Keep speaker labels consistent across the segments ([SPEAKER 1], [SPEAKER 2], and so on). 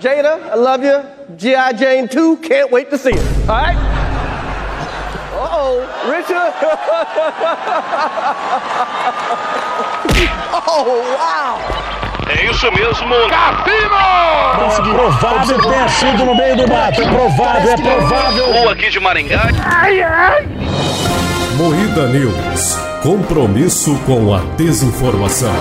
[SPEAKER 1] Jada, I love you. G.I. Jane 2, can't wait to see it. All right? Uh oh, Richard. oh, wow.
[SPEAKER 2] É isso mesmo. Cassino!
[SPEAKER 3] Provável ter sido no meio do mato. É provável, é provável.
[SPEAKER 2] Ou aqui de Maringá.
[SPEAKER 4] Moída News. Compromisso com a desinformação.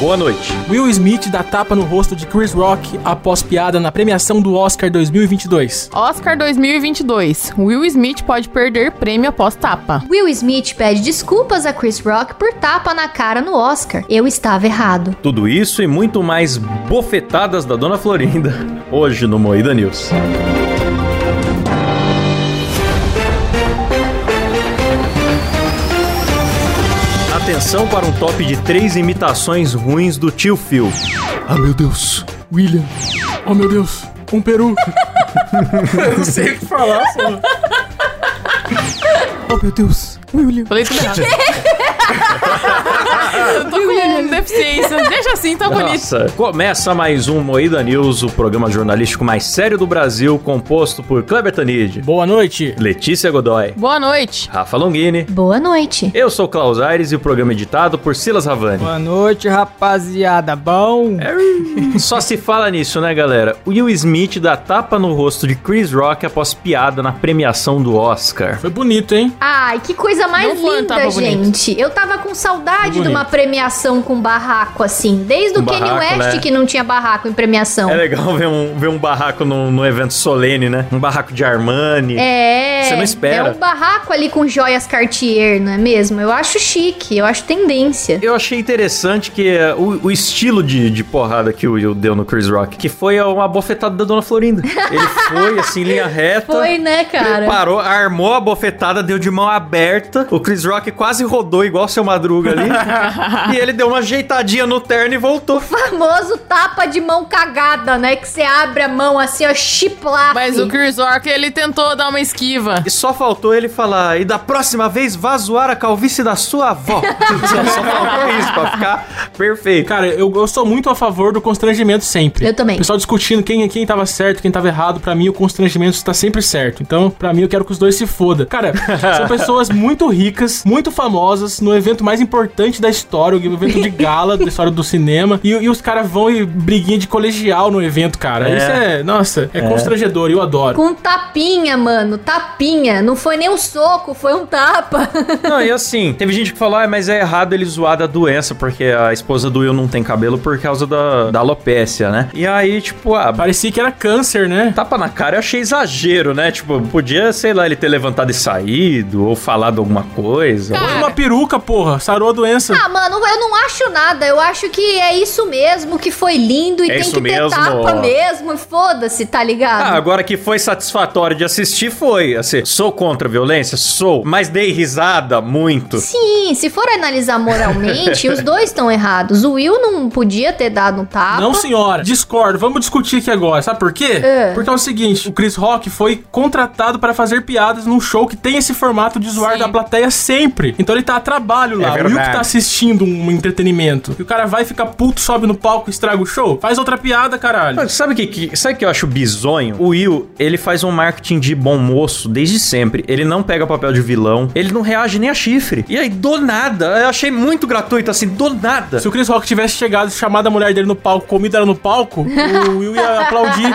[SPEAKER 5] Boa noite.
[SPEAKER 6] Will Smith dá tapa no rosto de Chris Rock após piada na premiação do Oscar 2022.
[SPEAKER 7] Oscar 2022. Will Smith pode perder prêmio após tapa.
[SPEAKER 8] Will Smith pede desculpas a Chris Rock por tapa na cara no Oscar. Eu estava errado.
[SPEAKER 5] Tudo isso e muito mais bofetadas da Dona Florinda hoje no Moída News. Atenção para um top de três imitações ruins do tio Phil.
[SPEAKER 3] Ah, meu Deus.
[SPEAKER 6] William. Oh meu Deus, um peru.
[SPEAKER 9] Eu não sei o que falar. só-
[SPEAKER 6] Oh meu Deus, William.
[SPEAKER 7] Falei tudo errado. Eu tô com deficiência. Deixa assim, tá bonito.
[SPEAKER 5] Nossa, começa mais um Moída News, o programa jornalístico mais sério do Brasil, composto por Kleber Tanid,
[SPEAKER 6] Boa noite.
[SPEAKER 5] Letícia Godoy,
[SPEAKER 7] Boa noite.
[SPEAKER 5] Rafa Longini.
[SPEAKER 8] Boa noite.
[SPEAKER 5] Eu sou Klaus Aires e o programa é editado por Silas Ravani.
[SPEAKER 9] Boa noite, rapaziada. Bom?
[SPEAKER 5] Só se fala nisso, né, galera? Will Smith dá tapa no rosto de Chris Rock após piada na premiação do Oscar.
[SPEAKER 6] Foi bonito, hein?
[SPEAKER 8] Ai, que coisa mais
[SPEAKER 7] Não foi um
[SPEAKER 8] linda,
[SPEAKER 7] tapa bonito.
[SPEAKER 8] gente. Eu tava com saudade de
[SPEAKER 6] bonito.
[SPEAKER 8] uma premiação com barraco, assim. Desde o
[SPEAKER 5] Com
[SPEAKER 8] Kanye
[SPEAKER 5] barraco,
[SPEAKER 8] West
[SPEAKER 5] né?
[SPEAKER 8] que não tinha barraco em premiação.
[SPEAKER 5] É legal ver um, ver um barraco num, num evento solene, né? Um barraco de Armani.
[SPEAKER 8] É.
[SPEAKER 5] Você não espera.
[SPEAKER 8] É um barraco ali com joias Cartier, não é mesmo? Eu acho chique, eu acho tendência.
[SPEAKER 5] Eu achei interessante que eh, o, o estilo de, de porrada que o Will deu no Chris Rock, que foi uma bofetada da Dona Florinda. Ele foi, assim, linha reta.
[SPEAKER 8] Foi, né, cara?
[SPEAKER 5] Parou, armou a bofetada, deu de mão aberta. O Chris Rock quase rodou igual seu Madruga ali. e ele deu uma ajeitadinha no terno e voltou.
[SPEAKER 8] famoso tapa de mão cagada, né? Que você abre a mão assim, ó, chiplap.
[SPEAKER 7] Mas o Chris Rock, ele tentou dar uma esquiva.
[SPEAKER 5] E só faltou ele falar, e da próxima vez vá zoar a calvície da sua avó. só, só faltou isso pra ficar perfeito.
[SPEAKER 6] Cara, eu, eu sou muito a favor do constrangimento sempre.
[SPEAKER 8] Eu também.
[SPEAKER 6] O pessoal discutindo quem, quem tava certo, quem tava errado. Pra mim, o constrangimento está sempre certo. Então, pra mim, eu quero que os dois se foda. Cara, são pessoas muito ricas, muito famosas, no evento mais importante da história, o evento de gala da história do cinema. E, e os caras vão e briguinha de colegial no evento, cara.
[SPEAKER 5] É.
[SPEAKER 6] Isso é, nossa, é, constrangedor. Eu adoro.
[SPEAKER 8] Com tapinha, mano, tapinha. Não foi nem um soco, foi um tapa.
[SPEAKER 5] Não, e assim, teve gente que falou, ah, mas é errado ele zoar da doença, porque a esposa do Will não tem cabelo por causa da, da alopécia, né? E aí, tipo, ah,
[SPEAKER 6] Parecia que era câncer, né?
[SPEAKER 5] tapa na cara eu achei exagero, né? Tipo, podia, sei lá, ele ter levantado e saído, ou falado alguma coisa.
[SPEAKER 6] Põe Tá uma peruca, porra. Sarou a doença.
[SPEAKER 8] ah, mano, eu não acho nada. Eu acho que é isso mesmo, que foi lindo e
[SPEAKER 5] É
[SPEAKER 8] tem
[SPEAKER 5] isso
[SPEAKER 8] que ter
[SPEAKER 5] mesmo,
[SPEAKER 8] tapa
[SPEAKER 5] ó.
[SPEAKER 8] mesmo. e Foda-se, tá
[SPEAKER 5] Ah,
[SPEAKER 8] ligado?
[SPEAKER 5] agora que foi satisfatório de assistir, foi. Assim, sou contra a violência? Sou. Mas dei risada muito.
[SPEAKER 8] Sim, se for analisar moralmente, os dois estão errados. O Will não podia ter dado um tapa.
[SPEAKER 6] Não, senhora. Discordo. Vamos discutir aqui agora. Sabe por quê?
[SPEAKER 8] É.
[SPEAKER 6] Porque é o seguinte, o Chris Rock foi contratado para fazer piadas num show que tem esse formato de zoar
[SPEAKER 7] Sim.
[SPEAKER 6] da plateia sempre. Então ele tá a trabalho lá.
[SPEAKER 5] É
[SPEAKER 6] o Will que
[SPEAKER 5] verdade.
[SPEAKER 6] tá assistindo um entretenimento. E o cara vai ficar puto, sobe no palco, estraga o show. Faz outra piada, caralho.
[SPEAKER 5] Mas Ah, Sabe o que, que, sabe o que eu acho bizonho? O Will, ele faz um marketing de bom moço desde sempre. Ele não pega papel de vilão, ele não reage nem a chifre. E aí, do nada, eu achei muito gratuito, assim, do nada.
[SPEAKER 6] Se o Chris Rock tivesse chegado e chamado a mulher dele no palco, comida era no palco, o Will ia aplaudir.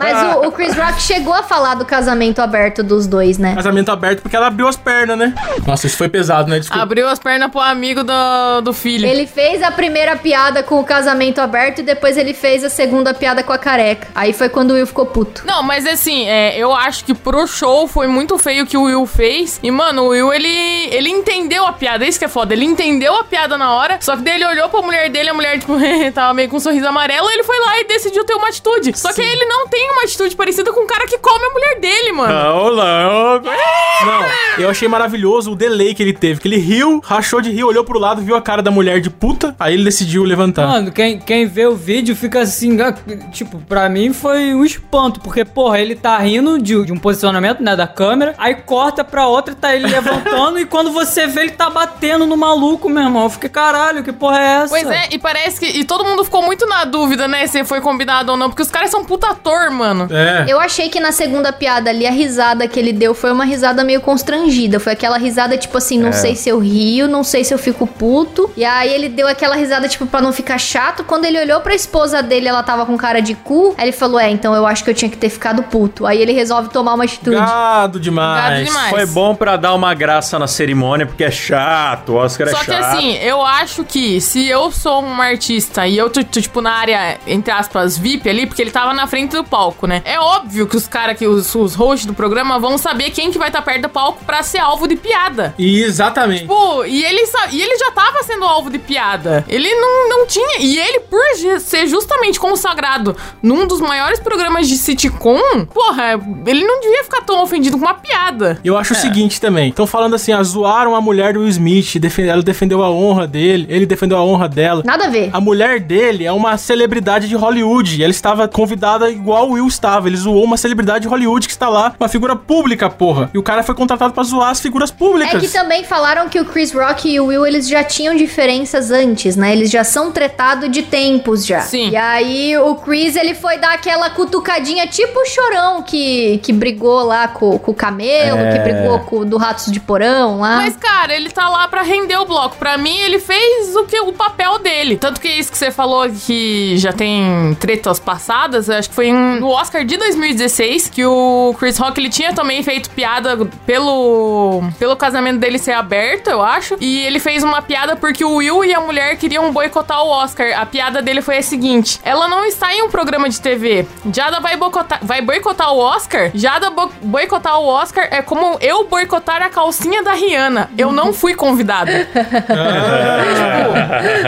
[SPEAKER 8] Mas o, o Chris Rock chegou a falar do casamento aberto dos dois, né?
[SPEAKER 6] Casamento aberto porque ela abriu as pernas, né? Nossa, isso foi pesado, né? Desculpa.
[SPEAKER 7] Abriu as pernas pro amigo do, do filho.
[SPEAKER 8] Ele fez a primeira piada com o casamento aberto e depois ele fez a segunda piada com a careca. Aí foi quando o Will ficou puto.
[SPEAKER 7] Não, mas assim, é, eu acho que pro show foi muito feio o que o Will fez. E, mano, o Will, ele, ele entendeu a piada. Isso que é foda. Ele entendeu a piada na hora. Só que daí ele olhou pra mulher dele, a mulher, tipo, tava meio com um sorriso amarelo. Ele foi lá e decidiu ter uma atitude. Só que ele não tem uma atitude parecida com o cara que come a
[SPEAKER 6] Ah.
[SPEAKER 7] mulher dele, mano.
[SPEAKER 5] Não, não.
[SPEAKER 6] Não, eu achei maravilhoso o delay que ele teve, que ele riu Will rachou de rir, olhou pro lado, viu a cara da mulher de puta, aí ele decidiu levantar.
[SPEAKER 9] Mano, quem, quem vê o vídeo fica assim, ah, tipo, pra mim foi um espanto, porque, porra, ele tá rindo de, de um posicionamento, né, da câmera, aí corta pra outra, tá ele levantando, e quando você vê, ele tá batendo no maluco, meu irmão. Eu fiquei, caralho, que porra é essa?
[SPEAKER 7] Pois é, e parece que. E todo mundo ficou muito na dúvida, né? Se foi combinado ou não, porque os caras são puta ator, mano.
[SPEAKER 6] É.
[SPEAKER 8] Eu achei que na segunda piada ali, a risada que ele deu foi uma risada meio constrangida. Foi aquela risada, tipo assim, não sei se eu rio, não sei se eu fico puto. E aí ele deu aquela risada, tipo, pra não ficar chato. Quando ele olhou pra esposa dele, ela tava com cara de cu. Aí ele falou, é, então eu acho que eu tinha que ter ficado puto. Aí ele resolve tomar uma atitude.
[SPEAKER 6] Gado demais.
[SPEAKER 7] Gado demais.
[SPEAKER 5] Foi é bom pra dar uma graça na cerimônia, porque é chato, o Oscar é
[SPEAKER 7] Só
[SPEAKER 5] chato.
[SPEAKER 7] que assim, eu acho que se eu sou um artista e eu tô, tô, tipo, na área, entre aspas, VIP ali, porque ele tava na frente do palco, né? É óbvio que os caras que os, os hosts do programa vão saber quem que vai estar perto do palco pra ser alvo de piada.
[SPEAKER 6] E exatamente.
[SPEAKER 7] Tipo, e ele, sa- e ele já tava sendo alvo de piada. Ele não, não tinha. E ele, por ju- ser justamente consagrado num dos maiores programas de sitcom, porra, ele não devia ficar tão ofendido com uma piada.
[SPEAKER 6] Eu acho o seguinte também. Estão falando assim, ah, zoaram a mulher do Will Smith, defen- ela defendeu a honra dele, ele defendeu a honra dela.
[SPEAKER 8] Nada a ver.
[SPEAKER 6] A mulher dele é uma celebridade de Hollywood. E ela estava convidada igual o Will estava. Ele zoou uma celebridade de Hollywood que está lá, uma figura pública, porra. E o cara foi contratado pra zoar as figuras públicas.
[SPEAKER 8] É que também falaram que o Chris Rock e o Will, eles já tinham diferenças antes, né? Eles já são tretado de tempos já.
[SPEAKER 7] Sim.
[SPEAKER 8] E aí o Chris, ele foi dar aquela cutucadinha, tipo o Chorão, que, que brigou lá com, com o Camelo, que brigou com o do Ratos de Porão lá.
[SPEAKER 7] É. Mas, cara, ele tá lá pra render o bloco. Pra mim, ele fez o, que, o papel dele. Tanto que isso que você falou que já tem tretas passadas, eu acho que foi em- no Oscar de 2016 que o Chris Rock ele tinha também feito piada pelo, pelo casamento dele ser aberto, eu acho. E ele fez uma piada porque o Will e a mulher queriam boicotar o Oscar. A piada dele foi a seguinte: ela não está em um programa de TV. Jada vai boicotar, vai boicotar o Oscar? Jada bo- boicotar o Oscar é como eu boicotar a calcinha da Rihanna. Eu não fui convidada.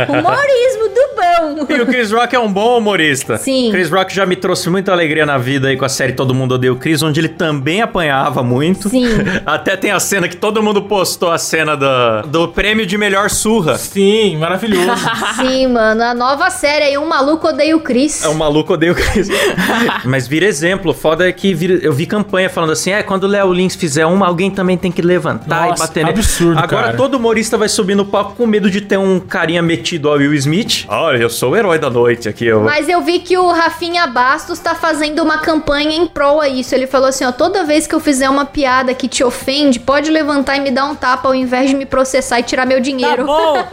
[SPEAKER 8] Humorismo do bom.
[SPEAKER 5] E o Chris Rock é um bom humorista.
[SPEAKER 8] Sim.
[SPEAKER 5] Chris Rock já me trouxe muita alegria na vida aí com a série Todo Mundo Odeia o Chris, onde ele também apanhava muito.
[SPEAKER 8] Sim.
[SPEAKER 5] Até tem a cena que todo mundo postou a cena do, do prêmio de melhor surra.
[SPEAKER 6] Sim, maravilhoso.
[SPEAKER 8] Sim, mano. A nova série aí, Um Maluco Odeia o Chris.
[SPEAKER 5] É um maluco, odeio o Chris. Mas vira exemplo. Foda é que vira- eu vi campanha falando assim: é, quando o Léo Lins fizer uma, alguém também tem que levantar
[SPEAKER 6] Nossa,
[SPEAKER 5] e bater nele.
[SPEAKER 6] absurdo,
[SPEAKER 5] Agora
[SPEAKER 6] cara.
[SPEAKER 5] todo humorista vai subir no palco com medo de ter um carinha metido ao Will Smith. Olha, eu sou o herói da noite aqui. Eu...
[SPEAKER 8] Mas eu vi que o Rafinha Bastos tá fazendo uma campanha em prol a isso. Ele falou assim, ó, toda vez que eu fizer uma piada que te ofende, pode levantar e me dar um tapa ao invés de me processar e tirar meu
[SPEAKER 9] Tá
[SPEAKER 8] dinheiro.
[SPEAKER 9] bom?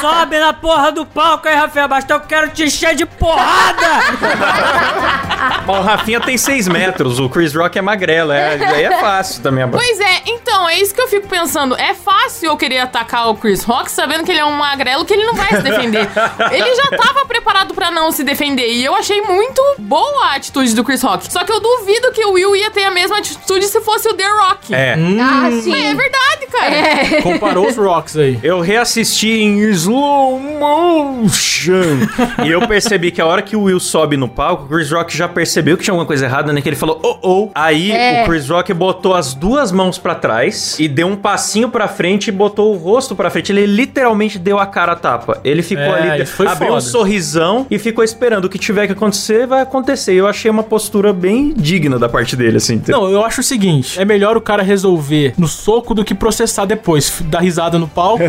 [SPEAKER 9] Sobe na porra do palco aí, Rafael Bastão, eu quero te encher de porrada!
[SPEAKER 5] Mas o Rafinha tem 6 metros, o Chris Rock é magrelo. É, aí é fácil também. Pois
[SPEAKER 7] Pois é, então, é isso que eu fico pensando. É fácil eu querer atacar o Chris Rock sabendo que ele é um magrelo que ele não vai se defender. ele já tava preparado pra não se defender e eu achei muito boa a atitude do Chris Rock. Só que eu duvido que o Will ia ter a mesma atitude se fosse o The Rock.
[SPEAKER 5] É.
[SPEAKER 8] Ah,
[SPEAKER 6] Hum.
[SPEAKER 7] Ué, é
[SPEAKER 8] sim.
[SPEAKER 7] verdade, cara.
[SPEAKER 6] Comparou os rocks aí.
[SPEAKER 5] Eu reassisti em slow motion. e eu percebi que a hora que o Will sobe no palco, o Chris Rock já percebeu que tinha alguma coisa errada, né? Que ele falou, oh, oh. Aí
[SPEAKER 8] É.
[SPEAKER 5] o Chris Rock botou as duas mãos pra trás e deu um passinho pra frente e botou o rosto pra frente. Ele literalmente deu a cara a tapa. Ele ficou
[SPEAKER 6] É,
[SPEAKER 5] ali,
[SPEAKER 6] isso foi
[SPEAKER 5] abriu um
[SPEAKER 6] foda.
[SPEAKER 5] sorrisão e ficou esperando. O que tiver que acontecer, vai acontecer. Eu achei uma postura bem digna da parte dele, assim.
[SPEAKER 6] Não, eu acho o seguinte: é melhor o cara resolver no soco do que processar depois. F- Dá risada no palco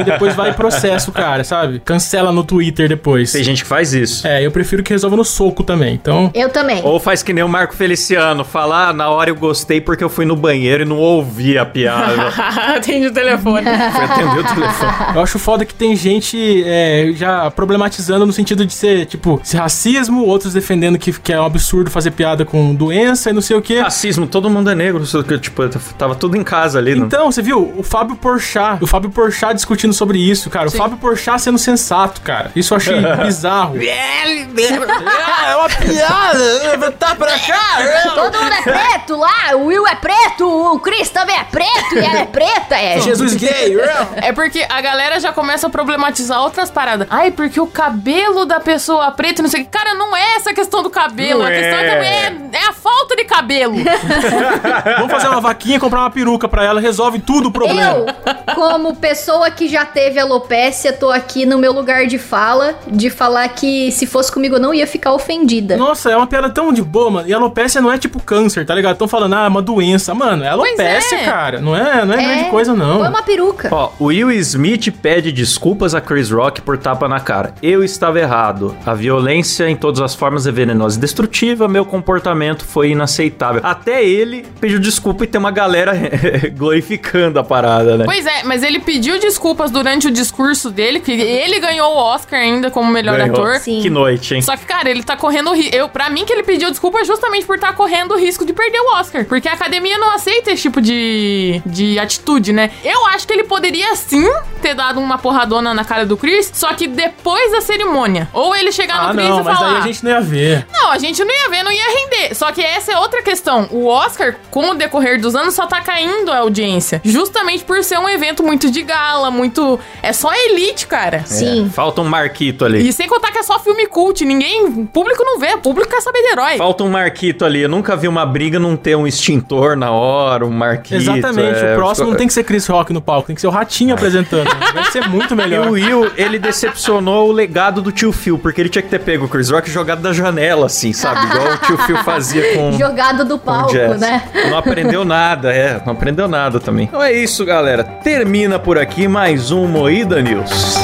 [SPEAKER 6] e depois vai e processa o cara, sabe? Cancela no Twitter depois.
[SPEAKER 5] Tem gente que faz isso.
[SPEAKER 6] É, eu prefiro que resolva no soco também. Então,
[SPEAKER 8] Eu também.
[SPEAKER 5] Ou faz que nem o Marco Feliciano, falar "Ah, na hora eu gostei porque eu fui no banheiro e não ouvi a piada.
[SPEAKER 7] Atende o telefone.
[SPEAKER 5] Foi atender o telefone.
[SPEAKER 6] eu acho foda que tem gente é, já problematizando no sentido de ser, tipo, ser racismo, outros defendendo que, que é um absurdo fazer piada com doença e não sei o quê.
[SPEAKER 5] Racismo, todo mundo é negro, só que, tipo, tava tudo em casa ali, né? não?
[SPEAKER 6] Então, você viu? O Fábio Porchat. O Fábio Porchat discutindo sobre isso, cara. O Fábio Porchat sendo sensato, cara. Isso eu achei bizarro.
[SPEAKER 8] Todo mundo é preto lá, o Will é preto, o Chris também é preto e ela é preta. É.
[SPEAKER 6] Jesus gay,
[SPEAKER 7] É porque a galera já começa a problematizar outras paradas. Ai, porque o cabelo da pessoa é preto, não sei o que. Cara, não é essa questão do cabelo.
[SPEAKER 5] Não
[SPEAKER 7] a questão é. também é, é a falta de cabelo.
[SPEAKER 6] Vamos fazer uma vaquinha e comprar uma peruca pra ela, resolve tudo o problema.
[SPEAKER 8] Eu, como pessoa que já teve alopécia, tô aqui no meu lugar de fala, de falar que se fosse comigo eu não ia ficar ofendida.
[SPEAKER 6] Nossa, é uma piada tão de boa, mano. E alopécia não é tipo câncer, tá ligado? Tão falando, ah, é uma doença. Mano, é
[SPEAKER 7] Pois
[SPEAKER 6] alopécia,
[SPEAKER 7] é.
[SPEAKER 6] cara. Não é, não é, grande coisa, não.
[SPEAKER 8] Põe uma peruca.
[SPEAKER 5] Ó, o Will Smith pede desculpas a Chris Rock por tapa na cara. Eu estava errado. A violência em todas as formas é venenosa e destrutiva. Meu comportamento foi inaceitável. Até ele pediu desculpa e tem uma galera glorificando a parada, né?
[SPEAKER 7] Pois é, mas ele pediu desculpas durante o discurso dele, que ele ganhou o Oscar ainda como melhor
[SPEAKER 5] Ganhou.
[SPEAKER 7] ator.
[SPEAKER 8] Sim.
[SPEAKER 5] Que noite, hein?
[SPEAKER 7] Só que, cara, ele tá correndo ri- eu Pra mim, que ele pediu desculpa é justamente por estar correndo o risco de perder o Oscar. Porque a academia não aceita esse tipo de, de atitude, né? Eu acho que ele poderia sim ter dado uma porradona na cara do Chris, só que depois da cerimônia. Ou ele chegar
[SPEAKER 6] Ah,
[SPEAKER 7] no Chris
[SPEAKER 6] não,
[SPEAKER 7] e
[SPEAKER 6] mas
[SPEAKER 7] falar.
[SPEAKER 6] daí a gente não ia ver.
[SPEAKER 7] Não, a gente não ia ver, não ia render. Só que essa é outra questão. O Oscar, com o decorrer dos anos, só tá caindo a audiência. Justamente por ser um evento muito de gala, muito. É só elite, cara.
[SPEAKER 8] Sim.
[SPEAKER 5] Falta um marquito ali.
[SPEAKER 7] E sem contar que é só filme cult, ninguém. Público não vê, público quer saber de herói.
[SPEAKER 5] Falta um marquito ali. Eu nunca vi uma briga não ter um extintor na hora, um marquito.
[SPEAKER 6] Exatamente.
[SPEAKER 5] é,
[SPEAKER 6] o próximo
[SPEAKER 5] ficou-
[SPEAKER 6] não tem que ser Chris Rock no palco, tem que ser o Ratinho apresentando. Vai ser muito
[SPEAKER 5] E
[SPEAKER 6] melhor.
[SPEAKER 5] o Will, ele decepcionou o legado do tio Phil, porque ele tinha que ter pego o Chris Rock e jogado da janela, assim, sabe? Igual o tio Phil fazia com,
[SPEAKER 8] Jogado do
[SPEAKER 5] com o
[SPEAKER 8] palco,
[SPEAKER 5] Jazz.
[SPEAKER 8] né?
[SPEAKER 5] Não aprendeu nada, é. Não aprendeu nada também. Então é isso, galera. Termina por aqui mais um Moída News.